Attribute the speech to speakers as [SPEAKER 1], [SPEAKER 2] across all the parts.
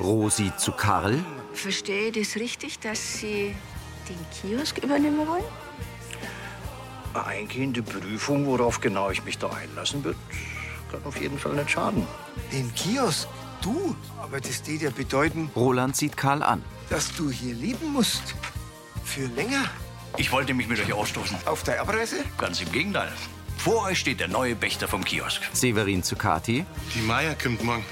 [SPEAKER 1] Rosi zu Karl.
[SPEAKER 2] Verstehe ich das richtig, dass Sie den Kiosk übernehmen wollen?
[SPEAKER 3] Eine eingehende Prüfung, worauf genau ich mich da einlassen wird, kann auf jeden Fall nicht schaden.
[SPEAKER 4] Den Kiosk? Du? Aber das tät ja bedeuten,
[SPEAKER 1] Roland sieht Karl an.
[SPEAKER 4] dass du hier leben musst. Für länger.
[SPEAKER 5] Ich wollte mich mit euch ausstoßen.
[SPEAKER 4] Auf der Abreise?
[SPEAKER 5] Ganz im Gegenteil. Vor euch steht der neue Pächter vom Kiosk.
[SPEAKER 1] Severin zu Kathi.
[SPEAKER 6] Die Maya kommt morgen.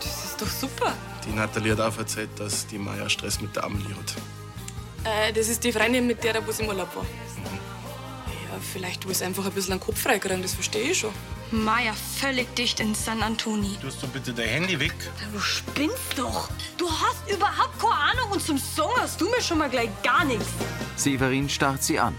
[SPEAKER 7] Das ist doch super.
[SPEAKER 6] Die Nathalie hat auch erzählt, dass die Maya Stress mit der Amelie hat.
[SPEAKER 7] Äh, das ist die Freundin mit der, wo sie im Urlaub war. Ja, vielleicht will sie einfach ein bisschen einen Kopf freikriegen, das verstehe ich schon.
[SPEAKER 8] Maya völlig dicht in San Antoni.
[SPEAKER 6] Tust du bitte dein Handy weg?
[SPEAKER 9] Du spinnst doch. Du hast überhaupt keine Ahnung und zum Song hast du mir schon mal gleich gar nichts.
[SPEAKER 1] Severin starrt sie an.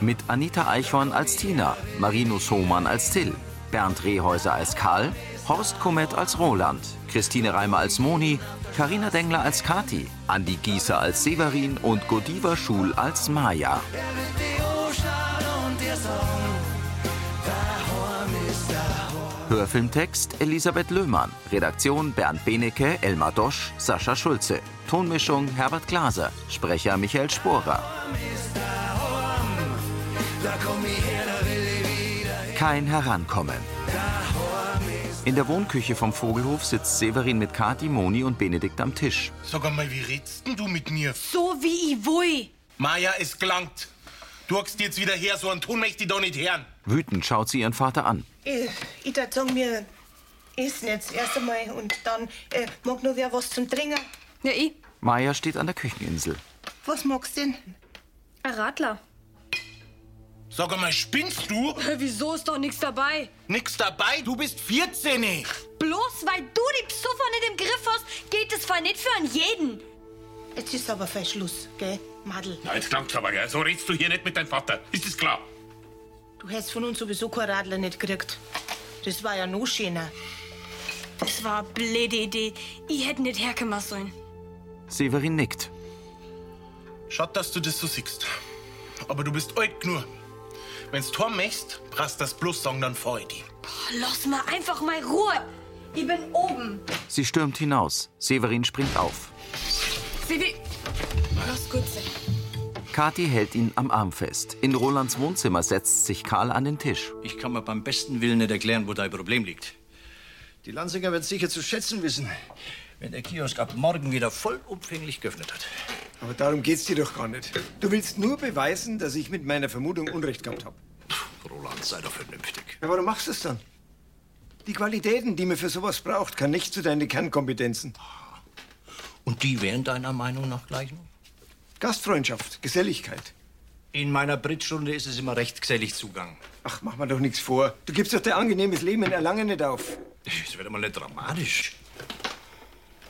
[SPEAKER 1] Mit Anita Eichhorn als Tina, Marinus Hohmann als Till, Bernd Rehäuser als Karl, Horst Komet als Roland, Christine Reimer als Moni, Karina Dengler als Kati, Andi Gieser als Severin und Godiva Schul als Maya. Hörfilmtext Elisabeth Löhmann, Redaktion Bernd Benecke, Elmar Dosch, Sascha Schulze, Tonmischung Herbert Glaser, Sprecher Michael Sporer. Kein Herankommen. In der Wohnküche vom Vogelhof sitzt Severin mit Kati, Moni und Benedikt am Tisch.
[SPEAKER 6] Sag einmal, wie redst denn du mit mir?
[SPEAKER 9] So wie ich will.
[SPEAKER 6] Maya, es gelangt. Du hockst jetzt wieder her, so einen Ton möchte ich da nicht hören.
[SPEAKER 1] Wütend schaut sie ihren Vater an.
[SPEAKER 10] Ich, ich würde sagen, wir essen jetzt erst einmal und dann äh, mag nur wer was zum Trinken.
[SPEAKER 8] Ja, ich.
[SPEAKER 1] Maya steht an der Kücheninsel.
[SPEAKER 10] Was magst du denn?
[SPEAKER 8] Ein Radler.
[SPEAKER 6] Sag einmal, spinnst du?
[SPEAKER 9] Hä, wieso ist doch nichts dabei?
[SPEAKER 6] Nix dabei, du bist 14.
[SPEAKER 9] Bloß weil du die Psuffer nicht im Griff hast, geht es zwar nicht für einen jeden.
[SPEAKER 10] Jetzt ist aber fein Schluss, gell, Madel?
[SPEAKER 11] Na, jetzt klangt's aber, gell? So redst du hier nicht mit deinem Vater. Ist es klar?
[SPEAKER 10] Du hättest von uns sowieso kein Radler nicht gekriegt. Das war ja noch schöner.
[SPEAKER 8] Das war eine blöde Idee. Ich hätte nicht hergemacht sollen.
[SPEAKER 1] Severin nickt.
[SPEAKER 6] Schaut, dass du das so siehst. Aber du bist alt genug. Wenn's Tor möchtest, brauchst das bloß sagen, dann fahr ich dich.
[SPEAKER 9] Oh,
[SPEAKER 8] Lass mal einfach mal Ruhe. Ich bin oben.
[SPEAKER 1] Sie stürmt hinaus. Severin springt auf.
[SPEAKER 7] Sevi, lass gut sein.
[SPEAKER 1] Kathi hält ihn am Arm fest. In Rolands Wohnzimmer setzt sich Karl an den Tisch.
[SPEAKER 5] Ich kann mir beim besten Willen nicht erklären, wo dein Problem liegt.
[SPEAKER 3] Die Lanzinger wird sicher zu schätzen wissen.
[SPEAKER 5] Wenn der Kiosk ab morgen wieder vollumfänglich geöffnet hat.
[SPEAKER 4] Aber darum geht's dir doch gar nicht. Du willst nur beweisen, dass ich mit meiner Vermutung Unrecht gehabt habe.
[SPEAKER 5] Roland, sei doch vernünftig.
[SPEAKER 4] Ja, warum machst du es dann? Die Qualitäten, die man für sowas braucht, kann nicht zu deinen Kernkompetenzen.
[SPEAKER 5] Und die wären deiner Meinung nach gleich noch?
[SPEAKER 4] Gastfreundschaft, Geselligkeit.
[SPEAKER 5] In meiner Brittstunde ist es immer recht gesellig Zugang.
[SPEAKER 4] Ach, mach mir doch nichts vor. Du gibst doch dein angenehmes Leben in Erlangen nicht auf.
[SPEAKER 5] Es wird mal nicht dramatisch.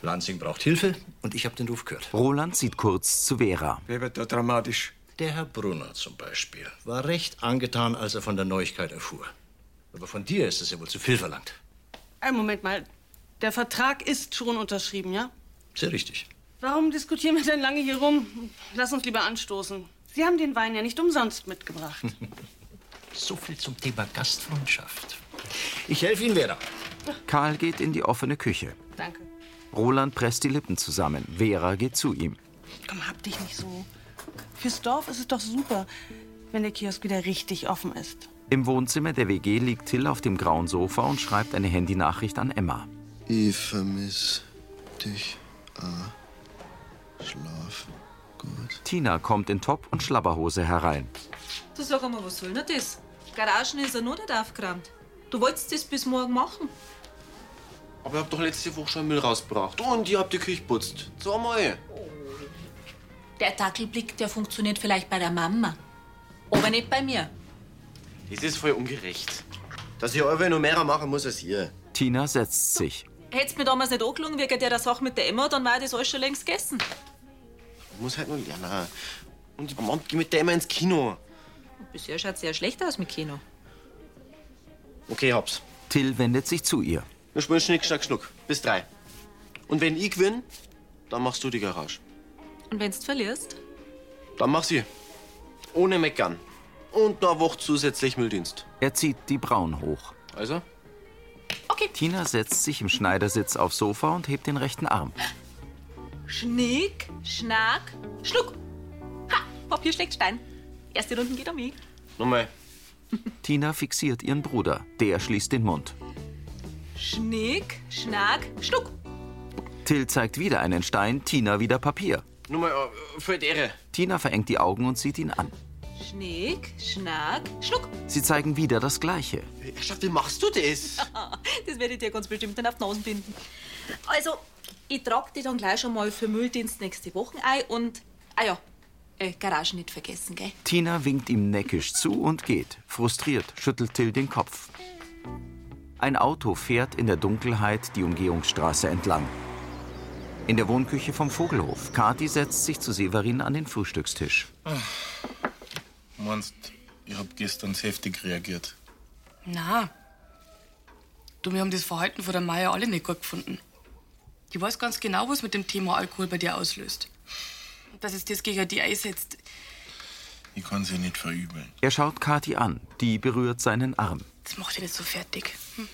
[SPEAKER 5] Lansing braucht Hilfe und ich habe den Ruf gehört.
[SPEAKER 1] Roland sieht kurz zu Vera.
[SPEAKER 4] Wer wird da dramatisch?
[SPEAKER 5] Der Herr Brunner zum Beispiel war recht angetan, als er von der Neuigkeit erfuhr. Aber von dir ist es ja wohl zu viel verlangt.
[SPEAKER 12] Ein Äh, Moment mal. Der Vertrag ist schon unterschrieben, ja?
[SPEAKER 5] Sehr richtig.
[SPEAKER 12] Warum diskutieren wir denn lange hier rum? Lass uns lieber anstoßen. Sie haben den Wein ja nicht umsonst mitgebracht.
[SPEAKER 5] So viel zum Thema Gastfreundschaft. Ich helfe Ihnen, Vera.
[SPEAKER 1] Karl geht in die offene Küche.
[SPEAKER 12] Danke.
[SPEAKER 1] Roland presst die Lippen zusammen. Vera geht zu ihm.
[SPEAKER 12] Komm, hab dich nicht so. Fürs Dorf ist es doch super, wenn der Kiosk wieder richtig offen ist.
[SPEAKER 1] Im Wohnzimmer der WG liegt Till auf dem grauen Sofa und schreibt eine Handynachricht an Emma.
[SPEAKER 6] Ich vermiss dich. Ah, schlaf.
[SPEAKER 1] Tina kommt in Top und Schlabberhose herein.
[SPEAKER 13] Du sag einmal, was soll denn das? Garagen ist ja noch nicht aufgeräumt. Du wolltest das bis morgen machen.
[SPEAKER 14] Aber ihr habt doch letzte Woche schon Müll rausgebracht. Und ihr habt die Küche putzt. Zweimal.
[SPEAKER 13] Der Dackelblick, der funktioniert vielleicht bei der Mama. Aber nicht bei mir.
[SPEAKER 14] Das ist voll ungerecht. Dass ihr eure noch mehr machen muss als ihr.
[SPEAKER 1] Tina setzt sich.
[SPEAKER 13] Hättest mir damals nicht angelogen wegen der Sache mit der Emma, dann war das alles schon längst gegessen.
[SPEAKER 14] Ich muss halt nur lernen. Und am Abend geh mit der immer ins Kino.
[SPEAKER 13] Bisher schaut sehr schlecht aus mit Kino.
[SPEAKER 14] Okay, hab's.
[SPEAKER 1] Till wendet sich zu ihr.
[SPEAKER 14] Wir spielen Schnick, Schnack, Schnuck. Bis drei. Und wenn ich gewinn, dann machst du die Garage.
[SPEAKER 13] Und wenn's verlierst?
[SPEAKER 14] Dann mach sie. Ohne Meckern. Und eine Woche zusätzlich Mülldienst.
[SPEAKER 1] Er zieht die Brauen hoch.
[SPEAKER 14] Also?
[SPEAKER 13] Okay.
[SPEAKER 1] Tina setzt sich im Schneidersitz aufs Sofa und hebt den rechten Arm.
[SPEAKER 13] Schnick, Schnack, Schluck. Ha, Papier schlägt Stein. Erste Runden geht um mich.
[SPEAKER 14] Nochmal.
[SPEAKER 1] Tina fixiert ihren Bruder. Der schließt den Mund.
[SPEAKER 13] Schnick, Schnack, Schluck.
[SPEAKER 1] Till zeigt wieder einen Stein, Tina wieder Papier.
[SPEAKER 14] Nochmal, äh, für die Ehre.
[SPEAKER 1] Tina verengt die Augen und sieht ihn an.
[SPEAKER 13] Schnick, Schnack, Schluck.
[SPEAKER 1] Sie zeigen wieder das Gleiche.
[SPEAKER 14] Schaff, wie machst du das?
[SPEAKER 13] Das werde ich dir ganz bestimmt dann auf die Nase binden. Also, ich trage die dann gleich schon mal für Mülldienst nächste Woche ein und. Ah ja, äh, Garagen nicht vergessen, gell?
[SPEAKER 1] Tina winkt ihm neckisch zu und geht. Frustriert schüttelt Till den Kopf. Ein Auto fährt in der Dunkelheit die Umgehungsstraße entlang. In der Wohnküche vom Vogelhof. Kathi setzt sich zu Severin an den Frühstückstisch.
[SPEAKER 6] Hm. Meinst, ich hab gestern sehr heftig reagiert.
[SPEAKER 7] Na. Du, wir haben das Verhalten von der Maya alle nicht gut gefunden. Die weiß ganz genau, was mit dem Thema Alkohol bei dir auslöst. Dass es das gegen die einsetzt.
[SPEAKER 6] Ich kann sie nicht verübeln.
[SPEAKER 1] Er schaut Kathi an. Die berührt seinen Arm.
[SPEAKER 7] Das macht dich nicht so fertig. Hm.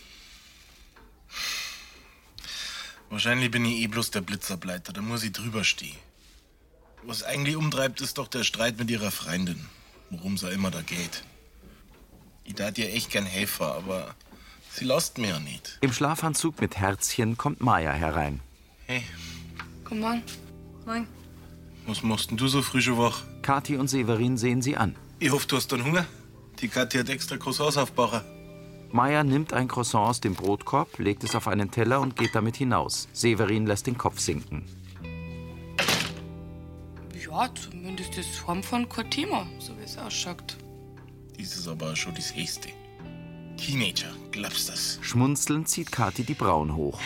[SPEAKER 6] Wahrscheinlich bin ich eh bloß der Blitzerbleiter, da muss ich drüber stehen. Was eigentlich umtreibt, ist doch der Streit mit ihrer Freundin. Worum es ja immer da geht. Ich tat ihr echt gern helfen, aber sie lasst mir ja nicht.
[SPEAKER 1] Im Schlafanzug mit Herzchen kommt Maya herein.
[SPEAKER 6] Hey,
[SPEAKER 7] Komm an. Moin.
[SPEAKER 6] was machst denn du so früh schon wach?
[SPEAKER 1] Kathi und Severin sehen sie an.
[SPEAKER 6] Ich hoffe, du hast dann Hunger. Die Kathi hat extra Croissants aufbacher.
[SPEAKER 1] Maya nimmt ein Croissant aus dem Brotkorb, legt es auf einen Teller und geht damit hinaus. Severin lässt den Kopf sinken.
[SPEAKER 7] Ja, zumindest ist Heimfahren kein Thema, so wie es ausschaut.
[SPEAKER 6] Dies ist aber schon das Höchste. Teenager, glaubst das?
[SPEAKER 1] Schmunzelnd zieht Kathi die Brauen hoch.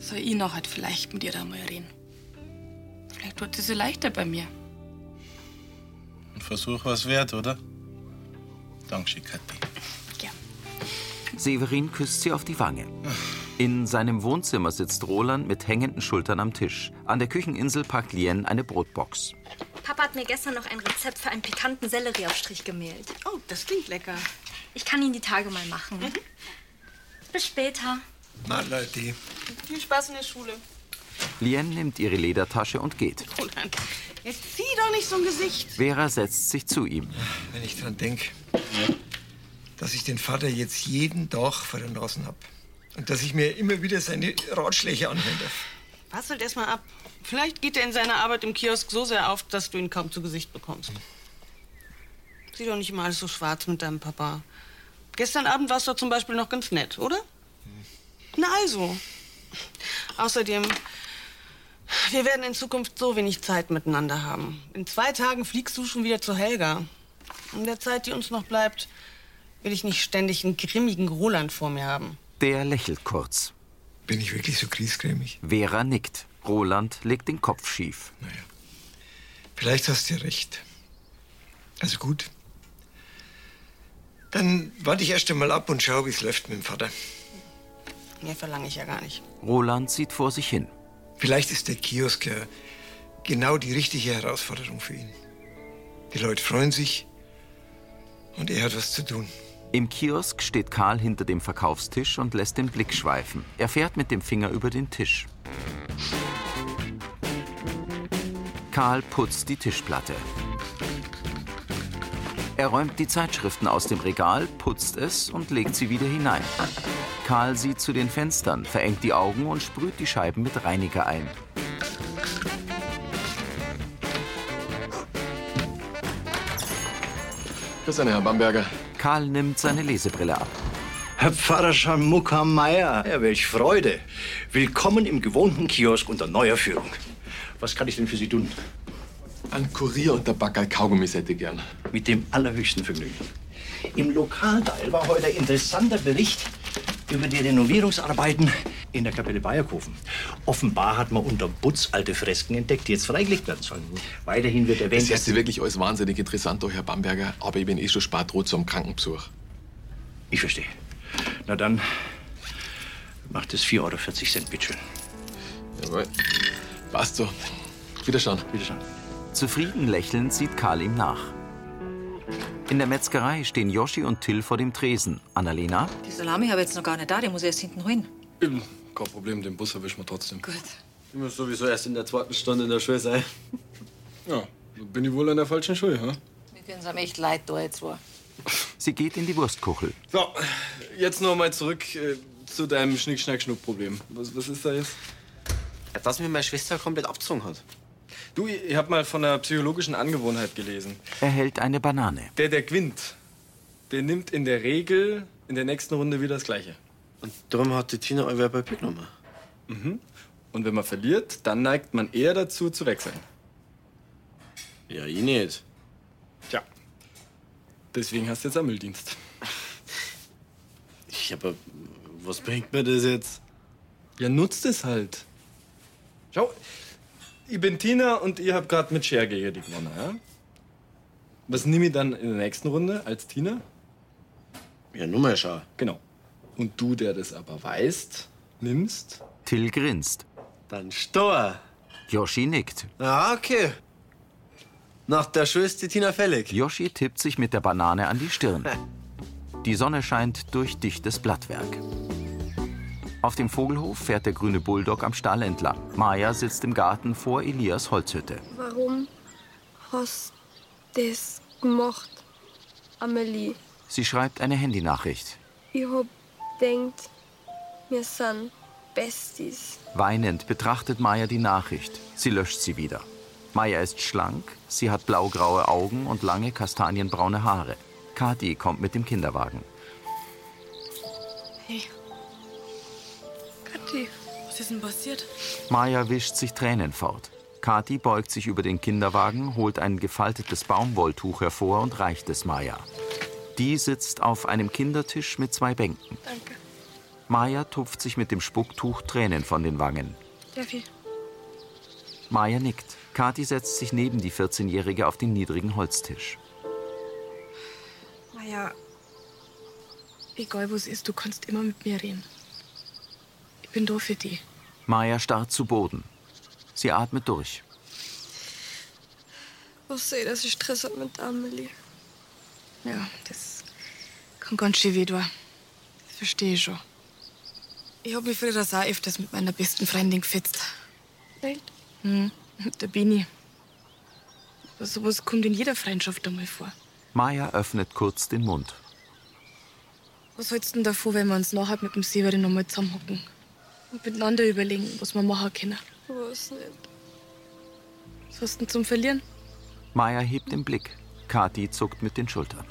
[SPEAKER 7] Soll ich noch halt vielleicht mit ihr da mal reden? Vielleicht wird sie leichter bei mir.
[SPEAKER 6] Ein Versuch was wert, oder? Dankeschön, Kathi.
[SPEAKER 1] Severin küsst sie auf die Wange. In seinem Wohnzimmer sitzt Roland mit hängenden Schultern am Tisch. An der Kücheninsel packt Lien eine Brotbox.
[SPEAKER 9] Papa hat mir gestern noch ein Rezept für einen pikanten Sellerieaufstrich gemehlt.
[SPEAKER 13] Oh, das klingt lecker.
[SPEAKER 9] Ich kann ihn die Tage mal machen. Bis später.
[SPEAKER 4] Na, Leute.
[SPEAKER 13] Viel Spaß in der Schule.
[SPEAKER 1] Lien nimmt ihre Ledertasche und geht.
[SPEAKER 12] Oh
[SPEAKER 15] Jetzt zieh doch nicht so ein Gesicht.
[SPEAKER 1] Vera setzt sich zu ihm.
[SPEAKER 4] Wenn ich dran denke, dass ich den Vater jetzt jeden Tag vor den Nasen habe. Und dass ich mir immer wieder seine Ratschläge anhören darf.
[SPEAKER 12] Passelt erst mal ab. Vielleicht geht er in seiner Arbeit im Kiosk so sehr auf, dass du ihn kaum zu Gesicht bekommst. Sieh doch nicht immer alles so schwarz mit deinem Papa. Gestern Abend warst du zum Beispiel noch ganz nett, oder? Na also. Außerdem, wir werden in Zukunft so wenig Zeit miteinander haben. In zwei Tagen fliegst du schon wieder zu Helga. In der Zeit, die uns noch bleibt, will ich nicht ständig einen grimmigen Roland vor mir haben.
[SPEAKER 1] Der lächelt kurz.
[SPEAKER 4] Bin ich wirklich so griesgrämig?
[SPEAKER 1] Vera nickt. Roland legt den Kopf schief.
[SPEAKER 4] Vielleicht hast du ja recht. Also gut. Dann warte ich erst einmal ab und schau, wie es läuft mit dem Vater.
[SPEAKER 12] Mehr verlange ich ja gar nicht.
[SPEAKER 1] Roland sieht vor sich hin.
[SPEAKER 4] Vielleicht ist der Kiosk ja genau die richtige Herausforderung für ihn. Die Leute freuen sich und er hat was zu tun.
[SPEAKER 1] Im Kiosk steht Karl hinter dem Verkaufstisch und lässt den Blick schweifen. Er fährt mit dem Finger über den Tisch. Karl putzt die Tischplatte. Er räumt die Zeitschriften aus dem Regal, putzt es und legt sie wieder hinein. Karl sieht zu den Fenstern, verengt die Augen und sprüht die Scheiben mit Reiniger ein.
[SPEAKER 14] Grüß an, Herr Bamberger.
[SPEAKER 1] Karl nimmt seine Lesebrille ab.
[SPEAKER 5] Herr Pfarrer Scharmukka Meier, ja, welch Freude. Willkommen im gewohnten Kiosk unter neuer Führung. Was kann ich denn für Sie tun?
[SPEAKER 14] Ein Kurier und der Backerl Kaugummis hätte ich gern.
[SPEAKER 5] Mit dem allerhöchsten Vergnügen. Im Lokalteil war heute ein interessanter Bericht über die Renovierungsarbeiten in der Kapelle Bayerkofen. Offenbar hat man unter Butz alte Fresken entdeckt, die jetzt freigelegt werden sollen. Weiterhin wird erwähnt,
[SPEAKER 16] Das ist ja wirklich alles wahnsinnig interessant, doch, Herr Bamberger, aber ich bin eh schon spät dran zum Krankenbesuch.
[SPEAKER 5] Ich verstehe. Na dann macht es 4,40 Euro, bitteschön.
[SPEAKER 16] Jawohl. Passt so. Wiederschauen.
[SPEAKER 5] Wiederschauen.
[SPEAKER 1] Zufrieden lächelnd sieht Karl ihm nach. In der Metzgerei stehen Joschi und Till vor dem Tresen. Annalena?
[SPEAKER 17] Die Salami habe ich jetzt noch gar nicht da, die muss ich erst hinten holen.
[SPEAKER 14] Eben, kein Problem, den Bus erwischen wir trotzdem.
[SPEAKER 18] Gut.
[SPEAKER 14] Ich muss sowieso erst in der zweiten Stunde in der Schule sein. Ja, dann bin ich wohl in der falschen Schule, hä?
[SPEAKER 18] Wir können es am echt leid da jetzt war.
[SPEAKER 1] Sie geht in die Wurstkuchel.
[SPEAKER 14] So, jetzt noch mal zurück äh, zu deinem Schnick-Schnack-Schnuck-Problem. Was, was ist da jetzt?
[SPEAKER 19] Dass mir meine Schwester komplett abgezogen hat.
[SPEAKER 14] Du, ich ich hab mal von einer psychologischen Angewohnheit gelesen.
[SPEAKER 1] Er hält eine Banane.
[SPEAKER 14] Der, der gewinnt, der nimmt in der Regel in der nächsten Runde wieder das Gleiche. Und darum hat die Tina euer bei genommen. Mhm. Und wenn man verliert, dann neigt man eher dazu, zu wechseln. Ja, ich nicht. Tja. Deswegen hast du jetzt einen Mülldienst. Ich aber, was bringt mir das jetzt? Ja, nutzt es halt. Schau, ich bin Tina und ihr habt gerade mit Scher gegen die gewonnen, ja? Was nehme ich dann in der nächsten Runde als Tina? Ja, Nummer schau. Genau. Und du, der das aber weißt, nimmst?
[SPEAKER 1] Till grinst.
[SPEAKER 19] Dann stor.
[SPEAKER 1] Yoshi nickt.
[SPEAKER 19] Ah, okay. Nach der Schule ist die Tina fällig.
[SPEAKER 1] Yoshi tippt sich mit der Banane an die Stirn. Die Sonne scheint durch dichtes Blattwerk. Auf dem Vogelhof fährt der grüne Bulldog am Stall entlang. Maya sitzt im Garten vor Elias Holzhütte.
[SPEAKER 9] Warum hast du das gemacht, Amelie?
[SPEAKER 1] Sie schreibt eine Handynachricht.
[SPEAKER 9] Ich hab denkt, wir sind Besties.
[SPEAKER 1] Weinend betrachtet Maya die Nachricht. Sie löscht sie wieder. Maya ist schlank, sie hat blaugraue Augen und lange kastanienbraune Haare. Kati kommt mit dem Kinderwagen.
[SPEAKER 7] Hey. Kathi, was ist denn passiert?
[SPEAKER 1] Maya wischt sich Tränen fort. Kati beugt sich über den Kinderwagen, holt ein gefaltetes Baumwolltuch hervor und reicht es Maya. Die sitzt auf einem Kindertisch mit zwei Bänken.
[SPEAKER 7] Danke.
[SPEAKER 1] Maya tupft sich mit dem Spucktuch Tränen von den Wangen.
[SPEAKER 7] Darf ich?
[SPEAKER 1] Maya nickt. Kati setzt sich neben die 14-Jährige auf den niedrigen Holztisch.
[SPEAKER 7] Naja, egal was ist, du kannst immer mit mir reden. Ich bin da für dich.
[SPEAKER 1] Maya starrt zu Boden. Sie atmet durch.
[SPEAKER 9] Ich sehe, dass ich Stress habe mit Amelie.
[SPEAKER 7] Ja, das kann ganz schön weh tun. Das verstehe ich schon. Ich habe mich früher auch öfters mit meiner besten Freundin gefetzt.
[SPEAKER 9] Echt?
[SPEAKER 7] Hm, da bin ich. Aber sowas kommt in jeder Freundschaft einmal vor.
[SPEAKER 1] Maya öffnet kurz den Mund.
[SPEAKER 7] Was hältst du denn davon, wenn wir uns nachher mit dem Severin nochmal zusammenhocken und miteinander überlegen, was wir machen können?
[SPEAKER 9] Ich weiß nicht.
[SPEAKER 7] Was hast du denn zum Verlieren?
[SPEAKER 1] Maya hebt den Blick. Kati zuckt mit den Schultern.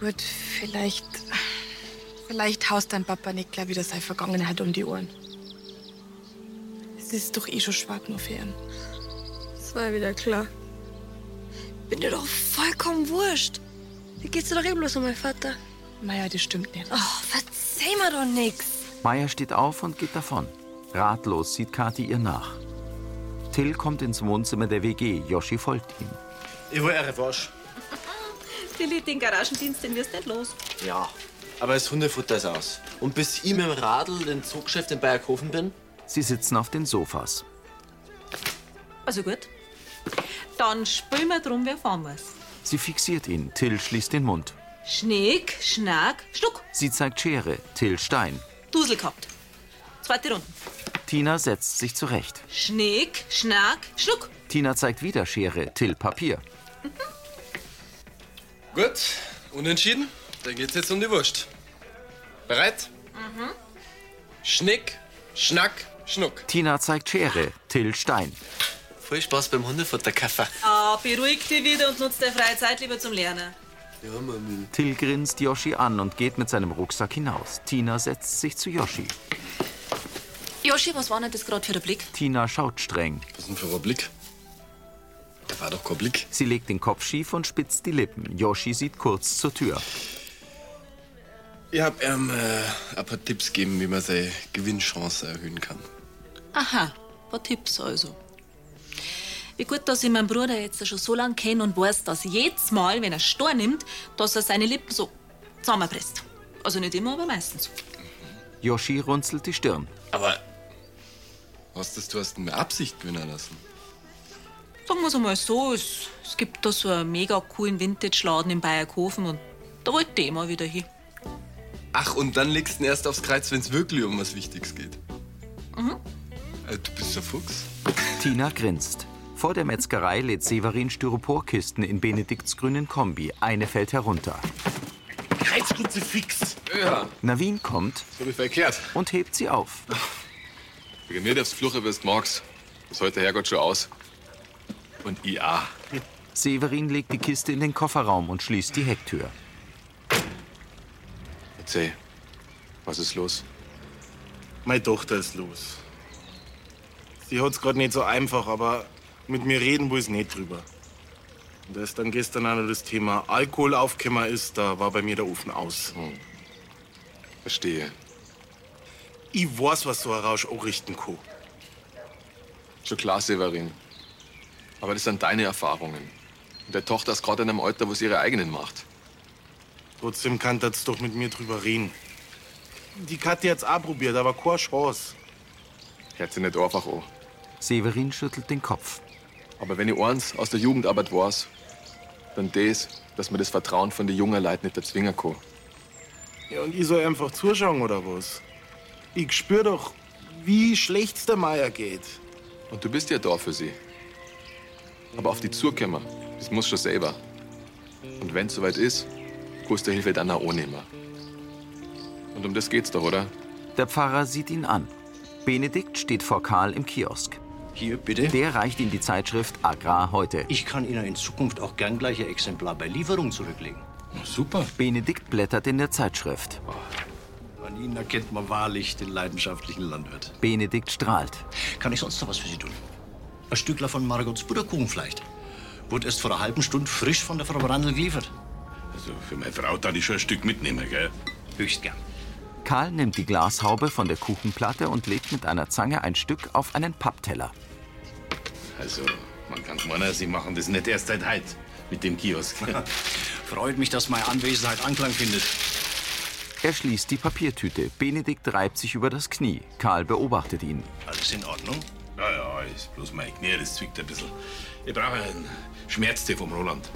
[SPEAKER 7] Gut, vielleicht. Vielleicht haust dein Papa nicht gleich wieder seine Vergangenheit um die Ohren. Es ist doch eh schon schwarz nur für ihn.
[SPEAKER 9] Das war wieder klar. Bin dir doch vollkommen wurscht. Wie geht's dir doch eh bloß um meinen Vater?
[SPEAKER 7] Maya, das stimmt nicht.
[SPEAKER 9] Oh, verzeih mir doch nix.
[SPEAKER 1] Maya steht auf und geht davon. Ratlos sieht Kati ihr nach. Till kommt ins Wohnzimmer der WG. Yoshi folgt ihm.
[SPEAKER 19] Ich will eine Wasch.
[SPEAKER 13] Tilly, den Garagendienst, den wirst du nicht los.
[SPEAKER 19] Ja, aber das Hundefutter ist aus. Und bis ich mit dem Radl in Zuggeschäft in Bayerkofen bin,
[SPEAKER 1] Sie sitzen auf den Sofas.
[SPEAKER 13] Also gut. Dann spielen wir drum, wer fahren muss.
[SPEAKER 1] Sie fixiert ihn. Till schließt den Mund.
[SPEAKER 13] Schnick, Schnack, Schnuck.
[SPEAKER 1] Sie zeigt Schere. Till Stein.
[SPEAKER 13] Dusel gehabt. Zweite Runde.
[SPEAKER 1] Tina setzt sich zurecht.
[SPEAKER 13] Schnick, Schnack, Schnuck.
[SPEAKER 1] Tina zeigt wieder Schere. Till Papier.
[SPEAKER 14] Gut, unentschieden. Dann geht's jetzt um die Wurst. Bereit?
[SPEAKER 13] Mhm.
[SPEAKER 14] Schnick, Schnack, Schnuck.
[SPEAKER 1] Tina zeigt Schere. Till Stein.
[SPEAKER 19] Viel Spaß beim Hundefutterkaffer.
[SPEAKER 13] Ah, beruhig dich wieder und nutz deine freie Zeit lieber zum Lernen.
[SPEAKER 19] Ja, Mami.
[SPEAKER 1] Till grinst Yoshi an und geht mit seinem Rucksack hinaus. Tina setzt sich zu Yoshi.
[SPEAKER 13] Joshi, was war denn das gerade für der Blick?
[SPEAKER 1] Tina schaut streng.
[SPEAKER 14] Was ist denn für ein Blick? Da war doch kein Blick.
[SPEAKER 1] Sie legt den Kopf schief und spitzt die Lippen. Yoshi sieht kurz zur Tür.
[SPEAKER 14] Ich hab ihm äh, ein paar Tipps gegeben, wie man seine Gewinnchance erhöhen kann.
[SPEAKER 13] Aha, paar Tipps also. Wie gut, dass ich meinen Bruder jetzt schon so lange kenne und weiß, dass jedes Mal, wenn er Stor nimmt, dass er seine Lippen so zusammenpresst. Also nicht immer, aber meistens.
[SPEAKER 1] Yoshi runzelt die Stirn.
[SPEAKER 14] Aber. Was das, du hast ihn mit Absicht gewinnen lassen?
[SPEAKER 13] Sagen wir es einmal so, es, es gibt da so einen mega coolen Vintage-Laden in Bayerkofen und da wollte ich mal wieder hin.
[SPEAKER 16] Ach, und dann legst du ihn erst aufs Kreuz, wenn es wirklich um was Wichtiges geht.
[SPEAKER 13] Mhm.
[SPEAKER 16] Äh, Du bist der Fuchs.
[SPEAKER 1] Tina grinst. Vor der Metzgerei lädt Severin Styroporkisten in Benedikts grünen Kombi. Eine fällt herunter.
[SPEAKER 19] Kreuzkutze fix.
[SPEAKER 16] Ja,
[SPEAKER 1] Navin kommt
[SPEAKER 16] das hab ich verkehrt.
[SPEAKER 1] und hebt sie auf.
[SPEAKER 16] Wegen mir darfst Fluche bis morgens. Das heute Herrgott schon aus. Und IA.
[SPEAKER 1] Severin legt die Kiste in den Kofferraum und schließt die Hecktür.
[SPEAKER 16] Erzähl, was ist los?
[SPEAKER 6] Meine Tochter ist los. Sie hat's gerade nicht so einfach, aber mit mir reden will sie nicht drüber. Und da ist dann gestern auch noch das Thema Alkohol aufgekommen ist, da war bei mir der Ofen aus.
[SPEAKER 16] Hm. Verstehe.
[SPEAKER 6] Ich weiß, was so ein Rausch anrichten kann.
[SPEAKER 16] Schon klar, Severin. Aber das sind deine Erfahrungen. Und der Tochter ist gerade in einem Alter, wo sie ihre eigenen macht.
[SPEAKER 6] Trotzdem kann das doch mit mir drüber reden. Die Kathi hat's auch probiert, aber keine Chance.
[SPEAKER 16] Hört sie nicht einfach an.
[SPEAKER 1] Severin schüttelt den Kopf.
[SPEAKER 16] Aber wenn ich eins aus der Jugendarbeit weiß, dann das, dass man das Vertrauen von den jungen Leuten nicht erzwingen kann.
[SPEAKER 6] Ja, und ich soll einfach zuschauen, oder was? Ich spür doch, wie schlecht's der Meier geht.
[SPEAKER 16] Und du bist ja da für sie. Aber auf die zukommen, das muss schon selber. Und wenn's soweit ist, kannst du Hilfe dann auch annehmen. Und um das geht's doch, oder?
[SPEAKER 1] Der Pfarrer sieht ihn an. Benedikt steht vor Karl im Kiosk.
[SPEAKER 5] Hier, bitte.
[SPEAKER 1] Der reicht ihm die Zeitschrift Agrar heute.
[SPEAKER 5] Ich kann Ihnen in Zukunft auch gern gleich ein Exemplar bei Lieferung zurücklegen.
[SPEAKER 1] Oh, Super. Benedikt blättert in der Zeitschrift.
[SPEAKER 5] An Ihnen erkennt man wahrlich den leidenschaftlichen Landwirt.
[SPEAKER 1] Benedikt strahlt.
[SPEAKER 5] Kann ich sonst noch was für Sie tun? Ein Stückler von Margots Butterkuchen vielleicht. Wurde erst vor einer halben Stunde frisch von der Frau Brandl geliefert.
[SPEAKER 11] Also für meine Frau darf ich schon ein Stück mitnehmen, gell?
[SPEAKER 5] Höchst gern.
[SPEAKER 1] Karl nimmt die Glashaube von der Kuchenplatte und legt mit einer Zange ein Stück auf einen Pappteller.
[SPEAKER 11] Also, man kann meinen, sie machen das nicht erst seit heute mit dem Kiosk.
[SPEAKER 5] Freut mich, dass meine Anwesenheit Anklang findet.
[SPEAKER 1] Er schließt die Papiertüte. Benedikt reibt sich über das Knie. Karl beobachtet ihn.
[SPEAKER 5] Alles in Ordnung?
[SPEAKER 11] Ja, ja, ist bloß mein Knie, das zwickt ein bisschen. Ich brauche einen Schmerztee vom Roland.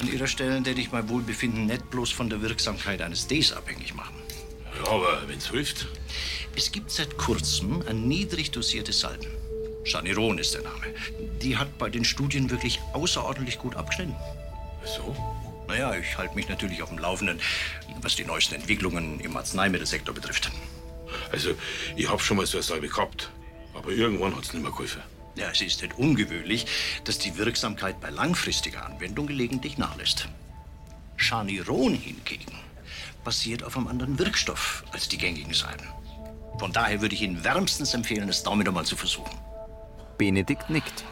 [SPEAKER 5] An Ihrer Stelle hätte ich mein Wohlbefinden nicht bloß von der Wirksamkeit eines Tees abhängig machen.
[SPEAKER 11] Ja, aber wenn's hilft.
[SPEAKER 5] Es gibt seit kurzem ein niedrig dosiertes Salben. Saniron ist der Name. Die hat bei den Studien wirklich außerordentlich gut abgeschnitten.
[SPEAKER 11] So?
[SPEAKER 5] Naja, ich halte mich natürlich auf dem Laufenden, was die neuesten Entwicklungen im Arzneimittelsektor betrifft.
[SPEAKER 11] Also, ich hab schon mal so eine Salbe gehabt. Aber irgendwann hat's nicht mehr geholfen.
[SPEAKER 5] Ja, es ist nicht ungewöhnlich, dass die Wirksamkeit bei langfristiger Anwendung gelegentlich nachlässt. Schaniron hingegen basiert auf einem anderen Wirkstoff als die gängigen Salben. Von daher würde ich Ihnen wärmstens empfehlen, es damit einmal zu versuchen.
[SPEAKER 1] Benedikt nickt.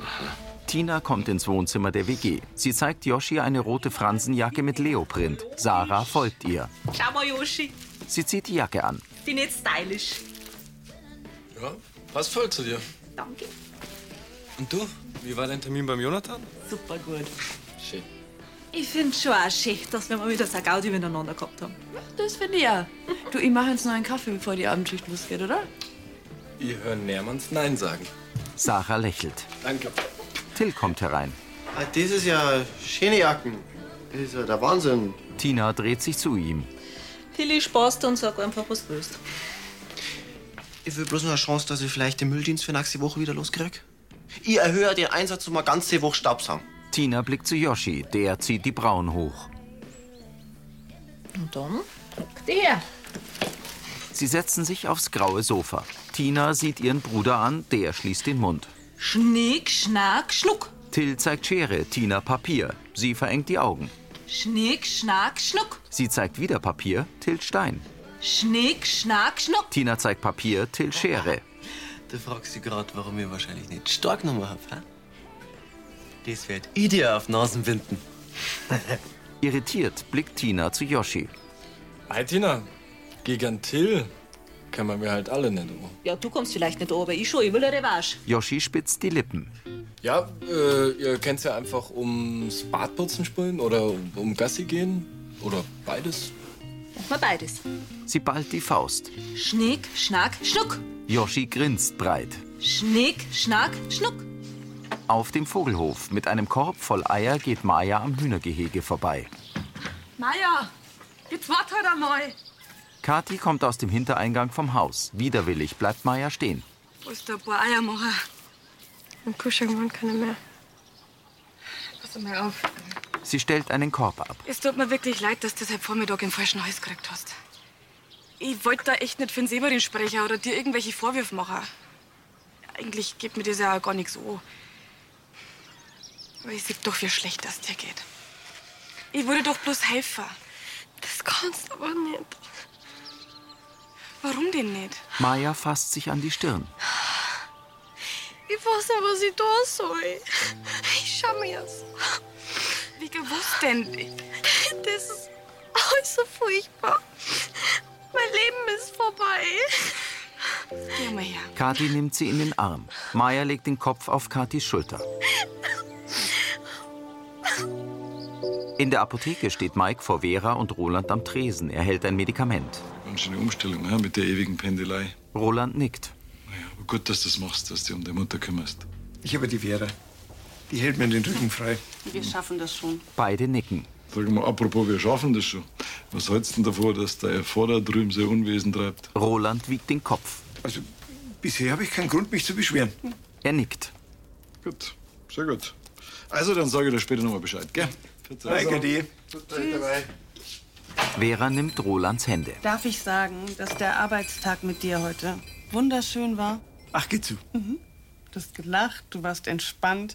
[SPEAKER 1] Tina kommt ins Wohnzimmer der WG. Sie zeigt Joschi eine rote Fransenjacke mit Leoprint. Sarah folgt ihr.
[SPEAKER 13] Schau mal, Yoshi.
[SPEAKER 1] Sie zieht die Jacke an.
[SPEAKER 13] Bin jetzt stylisch.
[SPEAKER 14] Ja, passt voll zu dir.
[SPEAKER 13] Danke.
[SPEAKER 14] Und du? Wie war dein Termin beim Jonathan?
[SPEAKER 13] Super gut.
[SPEAKER 14] Schön.
[SPEAKER 13] Ich finde schon auch schön, dass wir mal wieder so eine Gaudi miteinander gehabt haben.
[SPEAKER 12] Das finde ich ja. Du, ich mache jetzt noch einen Kaffee, bevor die Abendschicht losgeht, oder?
[SPEAKER 14] Ich höre Nährmanns Nein sagen.
[SPEAKER 1] Sarah lächelt.
[SPEAKER 14] Danke.
[SPEAKER 1] Till kommt herein.
[SPEAKER 20] Ah, Das ist ja schöne Jacken. Das ist ja der Wahnsinn.
[SPEAKER 1] Tina dreht sich zu ihm.
[SPEAKER 13] Tilly, spaß dir und sag einfach, was du willst.
[SPEAKER 20] Ich will bloß noch eine Chance, dass ich vielleicht den Mülldienst für nächste Woche wieder loskrieg. Ich erhöhe den Einsatz um eine ganze Woche Staubsaugen.
[SPEAKER 1] Tina blickt zu Joschi. Der zieht die Brauen hoch.
[SPEAKER 13] Und dann? Der.
[SPEAKER 1] Sie setzen sich aufs graue Sofa. Tina sieht ihren Bruder an. Der schließt den Mund.
[SPEAKER 13] Schnick, schnack, schnuck.
[SPEAKER 1] Till zeigt Schere, Tina Papier. Sie verengt die Augen.
[SPEAKER 13] Schnick, schnack, schnuck.
[SPEAKER 1] Sie zeigt wieder Papier, Till Stein.
[SPEAKER 13] Schnick, schnack, schnuck.
[SPEAKER 1] Tina zeigt Papier, Till Schere.
[SPEAKER 20] Du fragst dich gerade, warum ich wahrscheinlich nicht stark genommen hab, hä? Das werd ich dir auf die Nasen binden.
[SPEAKER 1] Irritiert blickt Tina zu Yoshi.
[SPEAKER 14] Hi, Tina. Gegen Till können wir halt alle nicht um.
[SPEAKER 13] Ja, du kommst vielleicht nicht an, aber ich schon. Ich will eine Revanche.
[SPEAKER 1] Yoshi spitzt die Lippen.
[SPEAKER 14] Ja, äh, ihr könnt ja einfach ums Badputzen spielen oder um, um Gassi gehen. Oder beides.
[SPEAKER 13] Machen wir beides.
[SPEAKER 1] Sie ballt die Faust.
[SPEAKER 13] Schnick, schnack, schnuck.
[SPEAKER 1] Yoshi grinst breit.
[SPEAKER 13] Schnick, schnack, schnuck.
[SPEAKER 1] Auf dem Vogelhof mit einem Korb voll Eier geht Maya am Hühnergehege vorbei.
[SPEAKER 21] Maja, jetzt wart halt einmal.
[SPEAKER 1] Kathi kommt aus dem Hintereingang vom Haus. Widerwillig bleibt Maya stehen.
[SPEAKER 9] Wo ist ah da ein paar Eier machen? Im Kühlschrank waren keine mehr.
[SPEAKER 7] Pass mal auf.
[SPEAKER 1] Sie stellt einen Korb ab.
[SPEAKER 7] Es tut mir wirklich leid, dass du das heute Vormittag im falschen Hals gekriegt hast. Ich wollte da echt nicht für den Severin sprechen oder dir irgendwelche Vorwürfe machen. Eigentlich geht mir das ja auch gar nichts an. Aber ich sehe doch, wie schlecht das dir geht. Ich würde doch bloß helfen.
[SPEAKER 9] Das kannst du aber nicht.
[SPEAKER 7] Warum denn nicht?
[SPEAKER 1] Maya fasst sich an die Stirn.
[SPEAKER 9] Ich weiß nicht, was ich da soll. Ich schau mir das.
[SPEAKER 7] Wie gewusst denn?
[SPEAKER 9] Das ist alles so furchtbar. Mein Leben ist vorbei.
[SPEAKER 7] Geh mal her.
[SPEAKER 1] Kathi nimmt sie in den Arm. Maya legt den Kopf auf Kathis Schulter. In der Apotheke steht Mike vor Vera und Roland am Tresen. Er hält ein Medikament.
[SPEAKER 11] Ganz schöne Umstellung hä, mit der ewigen Pendelei.
[SPEAKER 1] Roland nickt.
[SPEAKER 11] Aber gut, dass du das machst, dass du dich um deine Mutter kümmerst.
[SPEAKER 4] Ich habe die Vera. Die hält mir den Rücken frei.
[SPEAKER 22] Wir schaffen das schon.
[SPEAKER 1] Beide nicken.
[SPEAKER 11] Sag mal, apropos, wir schaffen das schon. Was hältst du denn davor, dass der Vater drüben sein Unwesen treibt?
[SPEAKER 1] Roland wiegt den Kopf.
[SPEAKER 4] Also, bisher habe ich keinen Grund, mich zu beschweren.
[SPEAKER 1] Er nickt.
[SPEAKER 11] Gut, sehr gut. Also, dann sage ich dir später nochmal Bescheid, gell? Also.
[SPEAKER 4] Danke dir.
[SPEAKER 1] Vera nimmt Rolands Hände.
[SPEAKER 12] Darf ich sagen, dass der Arbeitstag mit dir heute wunderschön war?
[SPEAKER 4] Ach, geh zu.
[SPEAKER 12] Mhm. Du hast gelacht, du warst entspannt.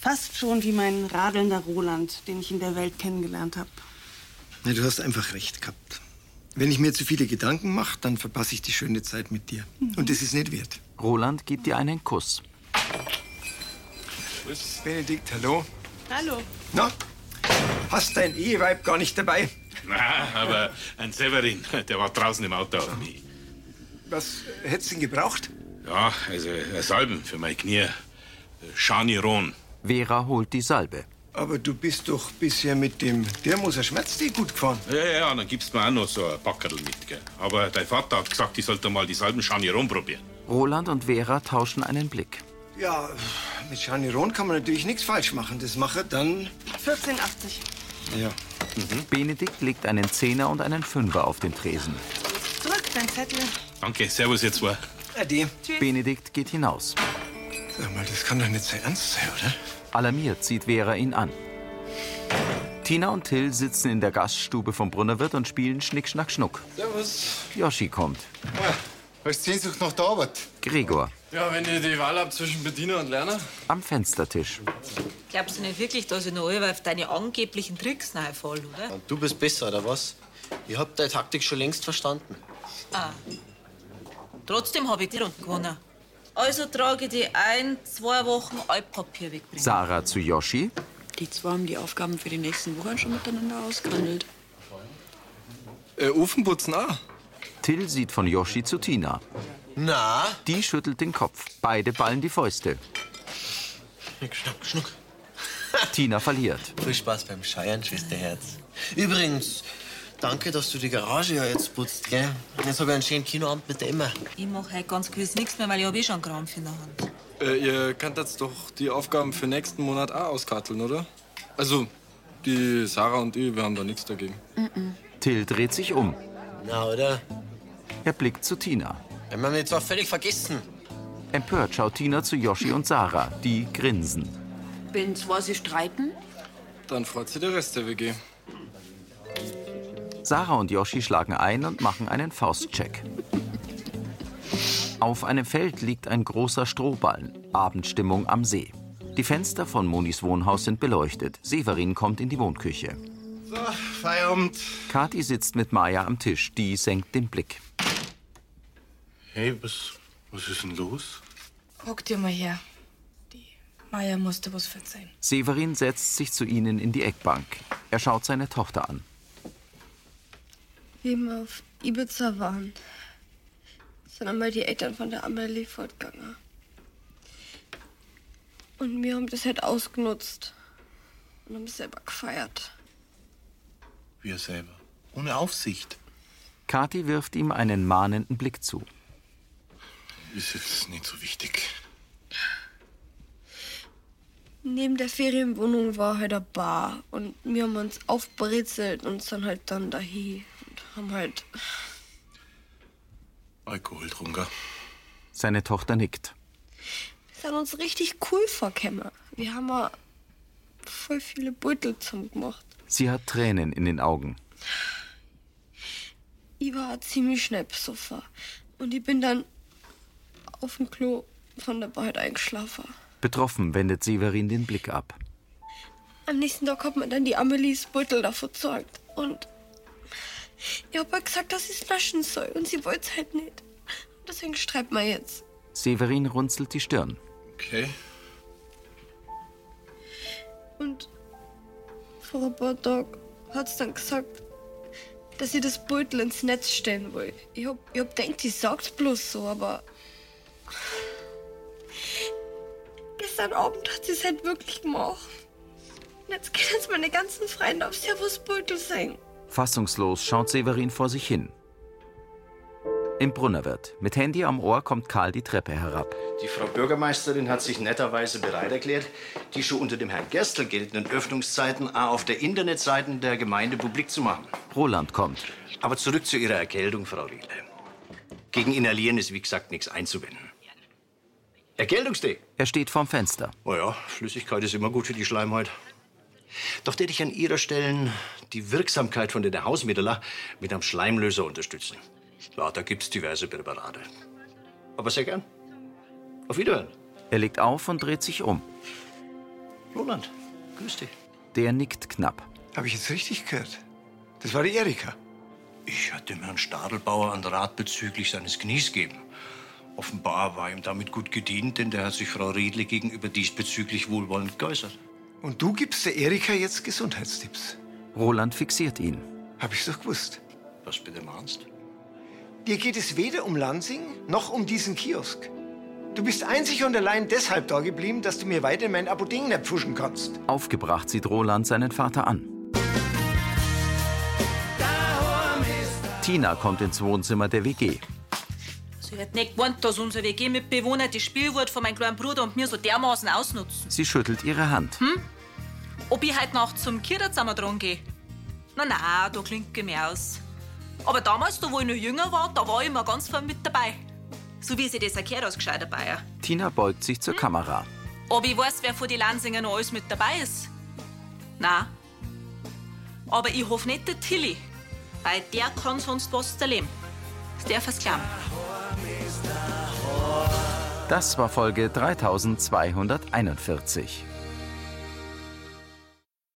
[SPEAKER 12] Fast schon wie mein radelnder Roland, den ich in der Welt kennengelernt habe.
[SPEAKER 4] Ja, du hast einfach recht gehabt. Wenn ich mir zu viele Gedanken mache, dann verpasse ich die schöne Zeit mit dir.
[SPEAKER 12] Mhm.
[SPEAKER 4] Und das ist nicht wert.
[SPEAKER 1] Roland gibt ihr einen Kuss.
[SPEAKER 4] Grüß Benedikt, hallo.
[SPEAKER 22] Hallo.
[SPEAKER 4] Na, hast dein Eheweib gar nicht dabei?
[SPEAKER 11] Na, aber ein Severin, der war draußen im Auto auf mich.
[SPEAKER 4] Was hättest du denn gebraucht?
[SPEAKER 11] Ja, also äh, Salben für mein Knie. Äh, Scharniron.
[SPEAKER 1] Vera holt die Salbe.
[SPEAKER 4] Aber du bist doch bisher mit dem Dirmoser Schmerztee gut gefahren.
[SPEAKER 11] Ja, ja, ja, dann gibst du mir auch noch so ein Packerl mit. Gell. Aber dein Vater hat gesagt, ich sollte mal die Salben Scharniron probieren.
[SPEAKER 1] Roland und Vera tauschen einen Blick.
[SPEAKER 4] Ja, mit Scharniron kann man natürlich nichts falsch machen. Das mache dann.
[SPEAKER 22] 1480.
[SPEAKER 4] Ja.
[SPEAKER 1] Mhm. Benedikt legt einen Zehner und einen Fünfer auf den Tresen.
[SPEAKER 22] Zurück, dein Zettel.
[SPEAKER 11] Danke, servus jetzt zwei.
[SPEAKER 4] Ade.
[SPEAKER 1] Benedikt geht hinaus.
[SPEAKER 4] Sag mal, das kann doch nicht sein Ernst sein, oder?
[SPEAKER 1] Alarmiert zieht Vera ihn an. Tina und Till sitzen in der Gaststube vom Brunnerwirt und spielen Schnick, Schnack, Schnuck.
[SPEAKER 2] Servus.
[SPEAKER 1] Yoshi kommt.
[SPEAKER 2] Hast Sehnsucht nach der Arbeit?
[SPEAKER 1] Gregor
[SPEAKER 2] Ja, wenn ihr die Wahl habt zwischen Bediener und Lerner.
[SPEAKER 1] am Fenstertisch.
[SPEAKER 13] Glaubst du nicht wirklich, dass ich noch alle auf deine angeblichen Tricks nachfall, oder?
[SPEAKER 20] Und du bist besser, oder was? Ich hab deine Taktik schon längst verstanden.
[SPEAKER 13] Ah. Trotzdem habe ich die Runden gewonnen. Also trage ich die ein, zwei Wochen Altpapier weg.
[SPEAKER 1] Sarah zu Yoshi.
[SPEAKER 23] Die zwei haben die Aufgaben für die nächsten Wochen schon miteinander ausgehandelt.
[SPEAKER 14] Äh, Ofenputzen auch.
[SPEAKER 1] Till sieht von Yoshi zu Tina.
[SPEAKER 20] Na?
[SPEAKER 1] Die schüttelt den Kopf. Beide ballen die Fäuste.
[SPEAKER 20] Schnuck, schnuck, schnuck.
[SPEAKER 1] Tina verliert.
[SPEAKER 20] Viel Spaß beim Scheiern, Schwesterherz. Übrigens, danke, dass du die Garage ja jetzt putzt, gell? Jetzt hab ich einen schönen Kinoabend mit der Emma.
[SPEAKER 13] Ich mache heute ganz gewiss nichts mehr, weil ich habe eh schon einen Krampf in der Hand.
[SPEAKER 14] Äh, ihr könnt jetzt doch die Aufgaben für nächsten Monat auch auskarteln, oder? Also, die Sarah und ich, wir haben da nichts dagegen.
[SPEAKER 1] Till dreht sich um.
[SPEAKER 20] Na, oder?
[SPEAKER 1] Er blickt zu Tina.
[SPEAKER 20] Wenn man jetzt auch völlig vergessen.
[SPEAKER 1] Empört schaut Tina zu Yoshi und Sarah. Die grinsen.
[SPEAKER 23] Wenn zwei sich streiten,
[SPEAKER 14] Dann freut sich der Rest der WG.
[SPEAKER 1] Sarah und Yoshi schlagen ein und machen einen Faustcheck. Auf einem Feld liegt ein großer Strohballen. Abendstimmung am See. Die Fenster von Monis Wohnhaus sind beleuchtet. Severin kommt in die Wohnküche.
[SPEAKER 2] So, Feierabend.
[SPEAKER 1] Kathi sitzt mit Maya am Tisch. Die senkt den Blick.
[SPEAKER 11] Hey, was, was ist denn los?
[SPEAKER 7] Hock dir mal her. Die Maya musste was verzeihen.
[SPEAKER 1] Severin setzt sich zu ihnen in die Eckbank. Er schaut seine Tochter an.
[SPEAKER 9] Wie wir auf Ibiza waren, sind einmal die Eltern von der Amelie fortgegangen. Und wir haben das halt ausgenutzt und haben es selber gefeiert.
[SPEAKER 6] Wir selber. Ohne Aufsicht.
[SPEAKER 1] Kathi wirft ihm einen mahnenden Blick zu.
[SPEAKER 6] Ist jetzt nicht so wichtig.
[SPEAKER 9] Neben der Ferienwohnung war halt eine Bar und wir haben uns aufbrezelt und sind halt dann dahin und haben halt
[SPEAKER 6] Alkoholtrunker.
[SPEAKER 1] Seine Tochter nickt.
[SPEAKER 9] Wir sind uns richtig cool vorgekommen. Wir haben ja voll viele Beutel zum gemacht.
[SPEAKER 1] Sie hat Tränen in den Augen.
[SPEAKER 9] Ich war ziemlich schnell besoffen. Und ich bin dann auf dem Klo von der Beut eingeschlafen.
[SPEAKER 1] Betroffen wendet Severin den Blick ab.
[SPEAKER 9] Am nächsten Tag hat mir dann die Amelies Beutel davon gezeigt. Und ich hab ihr gesagt, dass ich es löschen soll. Und sie wollte es halt nicht. Und deswegen streiten wir jetzt.
[SPEAKER 1] Severin runzelt die Stirn.
[SPEAKER 6] Okay.
[SPEAKER 9] Und vor ein paar Tagen hat sie dann gesagt, dass ich das Beutel ins Netz stellen will. Ich hab, ich hab gedacht, die sagt's bloß so, aber. Gestern Abend hat sie es halt wirklich gemacht. Und jetzt können jetzt meine ganzen Freunde auf Servus Beutel singen.
[SPEAKER 1] Fassungslos schaut Severin vor sich hin. Im Brunnerwirt. Mit Handy am Ohr kommt Karl die Treppe herab.
[SPEAKER 5] Die Frau Bürgermeisterin hat sich netterweise bereit erklärt, die schon unter dem Herrn Gerstl geltenden Öffnungszeiten auch auf der Internetseite der Gemeinde publik zu machen.
[SPEAKER 1] Roland kommt.
[SPEAKER 5] Aber zurück zu Ihrer Erkältung, Frau Riedle. Gegen Inhalieren ist, wie gesagt, nichts einzuwenden. Erkältungstee?
[SPEAKER 1] Er steht vorm Fenster.
[SPEAKER 5] Oh ja, Flüssigkeit ist immer gut für die Schleimhaut. Doch hätte ich an Ihrer Stelle die Wirksamkeit von den Hausmitteln mit einem Schleimlöser unterstützen. Ja, da gibt's diverse Präparate. Aber sehr gern. Auf Wiederhören.
[SPEAKER 1] Er legt auf und dreht sich um.
[SPEAKER 5] Roland, grüß dich.
[SPEAKER 1] Der nickt knapp.
[SPEAKER 4] Habe ich jetzt richtig gehört? Das war die Erika.
[SPEAKER 5] Ich hatte dem Herrn Stadelbauer einen Rat bezüglich seines Knies geben. Offenbar war ihm damit gut gedient, denn der hat sich Frau Riedle gegenüber diesbezüglich wohlwollend geäußert.
[SPEAKER 4] Und du gibst der Erika jetzt Gesundheitstipps.
[SPEAKER 1] Roland fixiert ihn.
[SPEAKER 4] Hab ich's doch gewusst.
[SPEAKER 5] Was bitte meinst?
[SPEAKER 4] Dir geht es weder um Lansing noch um diesen Kiosk. Du bist einzig und allein deshalb da geblieben, dass du mir weiter in mein Apotheken nicht pfuschen kannst.
[SPEAKER 1] Aufgebracht sieht Roland seinen Vater an. Tina kommt ins Wohnzimmer der WG.
[SPEAKER 13] Also ich hätte nicht gewohnt, dass unsere WG-Mitbewohner die Spielwut von meinem kleinen Bruder und mir so dermaßen ausnutzen.
[SPEAKER 1] Sie schüttelt ihre Hand.
[SPEAKER 13] Hm? Ob ich heute Nacht zum Kira zusammen dran gehe? Na, na, da klingt mir aus. Aber damals, da wo ich noch jünger war, da war ich immer ganz vorn mit dabei. So wie sie das erklärt als gescheiter Bayer.
[SPEAKER 1] Tina beugt sich zur Kamera.
[SPEAKER 13] Ob ich weiß, wer von den Lansingern noch alles mit dabei ist? Na. Aber ich hoffe nicht der Tilly. Weil der kann sonst was erleben. Das darf es glauben.
[SPEAKER 1] Das war Folge 3241.